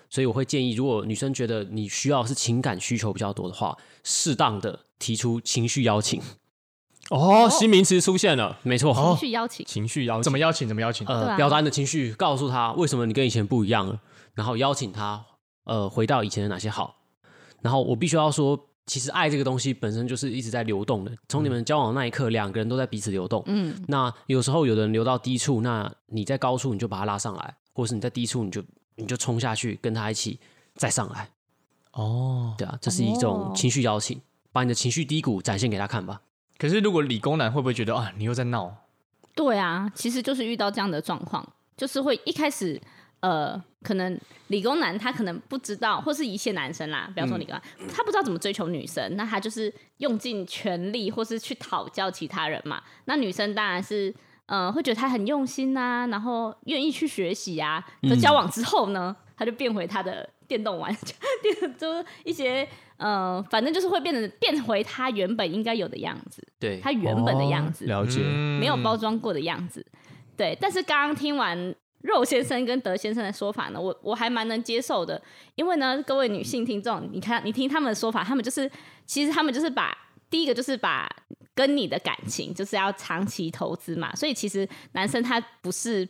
Speaker 4: 所以我会建议，如果女生觉得你需要是情感需求比较多的话，适当的提出情绪邀请。
Speaker 1: 哦，新名词出现了，
Speaker 4: 没错，
Speaker 3: 继续邀请，
Speaker 1: 情绪邀
Speaker 2: 哦怎么
Speaker 1: 样？
Speaker 2: 邀请？怎么邀
Speaker 1: 哦
Speaker 2: 请？
Speaker 4: 呃，
Speaker 3: 对啊
Speaker 4: 表达你的情绪，告诉他为什么你跟以前不一样了，然后邀请他呃回到以前的哪些好。然后我必须要说，其实爱这个东西本身就是一直在流动的，从你们交往那一刻，两个人都在彼此流动。
Speaker 3: 嗯
Speaker 4: 那有时候有的人流到低处，那你在高处你就把他拉上来，或是你在低处你就你就冲下去跟他一起再上来。
Speaker 2: 哦，
Speaker 4: 对啊，这是一种
Speaker 3: 哦
Speaker 4: 情绪邀请，把你的情绪低谷展现给他看吧。
Speaker 2: 可是如果理工男会不会觉得啊，你又在闹？
Speaker 3: 对啊，其实就是遇到这样的状况，就是会一开始，呃，可能理工男他可能不知道，或是一些男生啦，不要说理工男，他不知道怎么追求女生，那他就是用尽全力，或是去讨教其他人嘛。那女生当然是，呃，会觉得他很用心啊，然后愿意去学习啊。可交往之后呢，他就变回他的电动玩 家，电就是一些，呃，反正就是会变得变回他原本应该有的样子，
Speaker 4: 对，
Speaker 3: 他哦原本的样子。
Speaker 1: 哦了解，
Speaker 2: 嗯
Speaker 3: 没有包装过的样子。对，但是刚刚听完肉先生跟德先生的说法呢，我我还蛮能接受的，因为呢，各位女性听众，你看你听他们的说法，他们就是其实他们就是把第一个就是把跟你的感情就是要长期投资嘛，所以其实男生他不是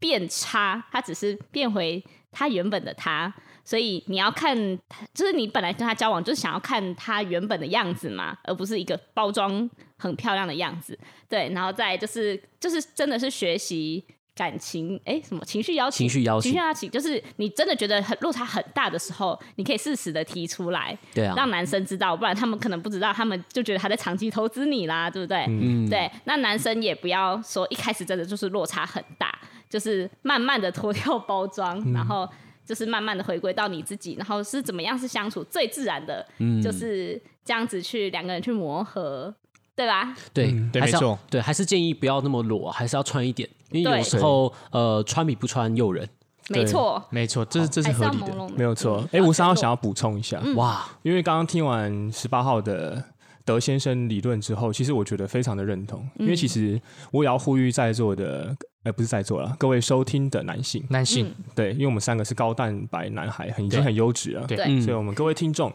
Speaker 3: 变差，他只是变回他原本的他。所以你要看他，就是你本来跟他交往，就是想要看他原本的样子嘛，而不是一个包装很漂亮的样子。对，然后再就是就是真的是学习感情，哎，什么情绪邀请？
Speaker 4: 情绪邀
Speaker 3: 情绪
Speaker 4: 请，
Speaker 3: 邀请就是你真的觉得很落差很大的时候，你可以适时的提出来，
Speaker 4: 对啊，
Speaker 3: 让男生知道，不然他们可能不知道，他们就觉得他在长期投资你啦，对不对？
Speaker 4: 嗯，
Speaker 3: 对，那男生也不要说一开始真的就是落差很大，就是慢慢的脱掉包装，
Speaker 1: 嗯
Speaker 3: 然后就是慢慢的回归到你自己，然后是怎么样是相处最自然的，
Speaker 1: 嗯
Speaker 3: 就是这样子去两个人去磨合，对吧？
Speaker 4: 对，
Speaker 2: 对
Speaker 4: 还
Speaker 2: 没
Speaker 4: 是要
Speaker 2: 错
Speaker 4: 对，还是建议不要那么裸，还是要穿一点，因为有
Speaker 3: 对
Speaker 4: 时候呃，穿比不穿诱人。
Speaker 3: 没错，
Speaker 2: 没错，这是这是
Speaker 3: 还是
Speaker 2: 合
Speaker 3: 要
Speaker 2: 理
Speaker 3: 朦
Speaker 2: 的。
Speaker 3: 胧的，
Speaker 1: 没有错
Speaker 3: 嗯。
Speaker 1: 哎，吴三号
Speaker 3: 要
Speaker 1: 想要补充一下，
Speaker 4: 哇，
Speaker 1: 因为刚刚听完十八号的德先生理论之后，其实我觉得非常的认同，
Speaker 3: 嗯
Speaker 1: 因为其实我也要呼吁在座的，呃，不是在座了，各位收听的男性，
Speaker 2: 男
Speaker 3: 嗯
Speaker 2: 性
Speaker 1: 对，因为我们三个是高蛋白男孩，很已经
Speaker 2: 对
Speaker 1: 很优质了，
Speaker 2: 对
Speaker 3: 对
Speaker 1: 所以我们各位听众，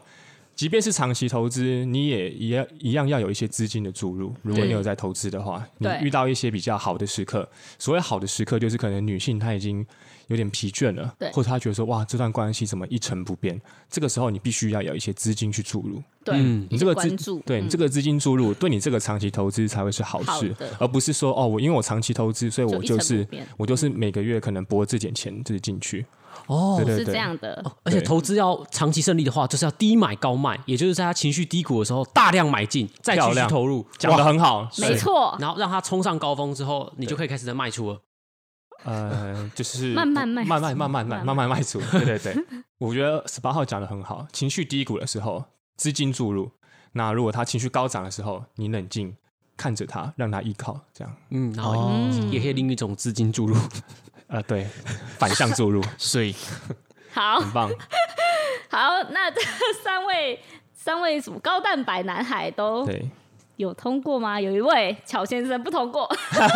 Speaker 1: 即便是长期投资，你也一样一样要有一些资金的注入。如果你有在投资的话，你
Speaker 3: 对
Speaker 1: 遇到一些比较好的时刻，所谓好的时刻，就是可能女性她已经有点疲倦了
Speaker 3: 对，
Speaker 1: 或者她觉得说哇这段关系怎么一成不变，这个时候你必须要有一些资金去注入。
Speaker 3: 对，
Speaker 4: 嗯
Speaker 3: 一
Speaker 1: 你
Speaker 3: 些
Speaker 1: 这个资
Speaker 3: 关注，
Speaker 1: 对你
Speaker 3: 嗯
Speaker 1: 这个资金注入，对你这个长期投资才会是好
Speaker 3: 好
Speaker 1: 事
Speaker 3: 的，
Speaker 1: 而不是说哦，我因为我长期投资，所以我
Speaker 3: 就
Speaker 1: 就
Speaker 3: 一成不
Speaker 1: 是
Speaker 3: 变嗯
Speaker 1: 我就是每个月可能拨这点钱就是进去。
Speaker 4: 哦
Speaker 1: 对对
Speaker 3: 是
Speaker 1: 对
Speaker 3: 这，样的，
Speaker 4: 而且
Speaker 1: 对
Speaker 4: 投资要长期胜利的话，就是要低买高卖，也就是在他情绪低谷的时候大量买进，再
Speaker 1: 漂
Speaker 4: 继续
Speaker 1: 亮
Speaker 4: 投入，
Speaker 1: 讲的
Speaker 4: 哇
Speaker 1: 很好，
Speaker 3: 没错，
Speaker 4: 然后让它冲上高峰之后，你就可以开始在卖出了。
Speaker 1: 呃，就是
Speaker 3: 慢慢
Speaker 1: 不
Speaker 3: 卖
Speaker 1: 慢慢
Speaker 3: 出
Speaker 1: 慢慢
Speaker 3: 慢
Speaker 1: 卖，
Speaker 3: 慢
Speaker 1: 慢慢卖 出。对对对，我觉得十八号讲的很好，情绪低谷的时候，资金注入；那如果他情绪高涨的时候，你冷静看着他，让他依靠，这样。
Speaker 4: 嗯，然后
Speaker 3: 哦
Speaker 4: 也可以另一种资金注入。
Speaker 1: 呃，对， 反向注 入，
Speaker 2: 所以
Speaker 3: 好
Speaker 1: 很棒。
Speaker 3: 好，那这三位三位什么高蛋白男孩都
Speaker 1: 对，
Speaker 3: 有通过吗？有一位乔先生不通过，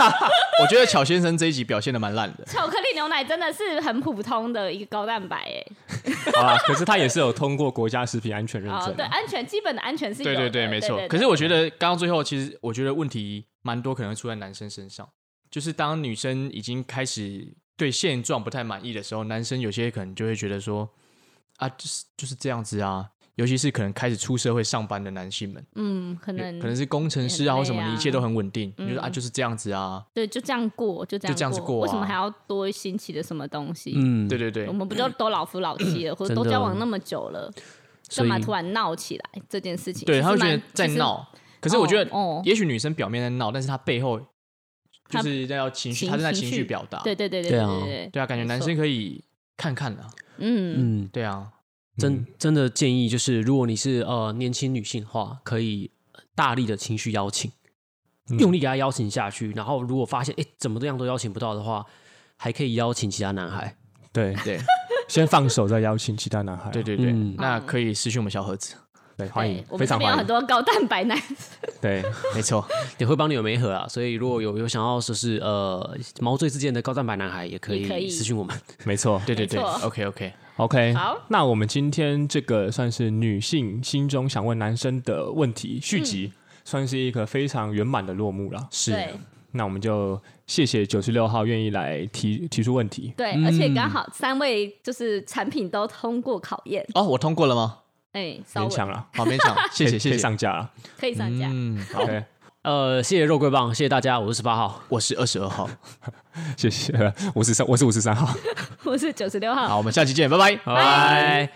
Speaker 2: 我觉得巧先生这一集表现的蛮烂的。
Speaker 3: 巧克力牛奶真的是很普通的一个高蛋白哎、
Speaker 1: 好啦，可是他也是有通过国家食品安全认
Speaker 3: 哦
Speaker 1: 证，嗯的。
Speaker 3: 对，安全基本的安全是有的，
Speaker 2: 对，没错。可是我觉得刚到最后，其实我觉得问题蛮多，可能会出在男生身上。就是当女生已经开始对现状不太满意的时候，男生有些可能就会觉得说，啊，就是就是这样子啊。尤其是可能开始出社会上班的男性们，
Speaker 3: 嗯，可
Speaker 2: 有
Speaker 3: 能
Speaker 2: 可能是工程师
Speaker 3: 也
Speaker 2: 啊
Speaker 3: 很
Speaker 2: 或什么
Speaker 3: 累
Speaker 2: 的，
Speaker 3: 啊
Speaker 2: 一切都很稳定。
Speaker 3: 嗯
Speaker 2: 你就说啊，就是这样子啊。
Speaker 3: 对，就这样过，就这样
Speaker 2: 就这样子过啊
Speaker 3: 为什么还要多新奇的什么东西？
Speaker 4: 嗯，
Speaker 2: 对对对
Speaker 3: 我，们不就都老夫老妻了，或者
Speaker 4: 真的
Speaker 3: 都交往那么久了，
Speaker 4: 所
Speaker 3: 干
Speaker 4: 以
Speaker 3: 嘛突然闹起来这件事情？其
Speaker 2: 对，
Speaker 3: 实
Speaker 2: 他会觉
Speaker 3: 蛮
Speaker 2: 得在。闹。可是我觉得
Speaker 3: 哦哦，
Speaker 2: 也许女生表面在闹，但是她背后就
Speaker 3: 她
Speaker 2: 是在要情绪，
Speaker 3: 情
Speaker 2: 她是在
Speaker 3: 情
Speaker 2: 情
Speaker 3: 绪
Speaker 2: 绪表达。
Speaker 3: 对对对对
Speaker 4: 对
Speaker 3: 对
Speaker 4: 啊
Speaker 3: 对对，
Speaker 2: 对啊，感觉
Speaker 3: 没
Speaker 2: 男
Speaker 3: 错
Speaker 2: 生可以看看啊。
Speaker 3: 嗯，
Speaker 4: 嗯，
Speaker 2: 对啊，
Speaker 4: 真真的建议就是，如果你是呃年轻女性的话，可以呃大力的情绪邀请，
Speaker 1: 嗯
Speaker 4: 用力给他邀请下去。然后如果发现哎怎么这样都邀请不到的话，还可以邀请其他男孩。
Speaker 1: 对，
Speaker 2: 对
Speaker 1: 先放手，再邀请其他男孩。啊
Speaker 2: 对对对，
Speaker 4: 嗯
Speaker 2: 那可以失去我们小盒子，
Speaker 1: 对，欢迎
Speaker 3: 对我，
Speaker 1: 非
Speaker 3: 们这
Speaker 1: 常
Speaker 3: 边有
Speaker 1: 欢
Speaker 3: 很
Speaker 1: 迎。
Speaker 3: 多高蛋白男，
Speaker 1: 对，
Speaker 2: 没错，
Speaker 4: 也会帮你有媒合啊，所以如果有有想要说是呃毛遂自荐的高蛋白男孩，也可
Speaker 3: 也可以
Speaker 4: 以私信我们。
Speaker 1: 没错。
Speaker 2: 对对对
Speaker 3: 没错
Speaker 2: ，OK OK，
Speaker 1: OK，
Speaker 3: 好
Speaker 1: 那我们今天这个算是女性心中想问男生的问题续集，
Speaker 3: 嗯
Speaker 1: 算是一个非常圆满的落幕了。是
Speaker 3: 对
Speaker 1: 那我们就谢谢九十六号愿意来提提出问题。
Speaker 3: 对，而且刚好三位就是产品都通过考验，
Speaker 2: 哦，我通过了吗？
Speaker 3: 哎，稍
Speaker 1: 勉
Speaker 3: 微
Speaker 1: 强了，
Speaker 2: 好，勉强，谢
Speaker 1: 可
Speaker 2: 谢
Speaker 1: 以
Speaker 2: 谢
Speaker 1: 可以
Speaker 2: 谢。
Speaker 1: 上架了。
Speaker 3: 可以上架。
Speaker 2: 嗯，
Speaker 1: OK，
Speaker 4: 呃，谢谢肉桂棒，谢谢大家，我是十八号，
Speaker 2: 我是二十二号，
Speaker 1: 谢谢，我是三，我是五十三号。
Speaker 3: 我是九十六号，
Speaker 2: 好，我们下期见，拜拜，
Speaker 4: 拜拜。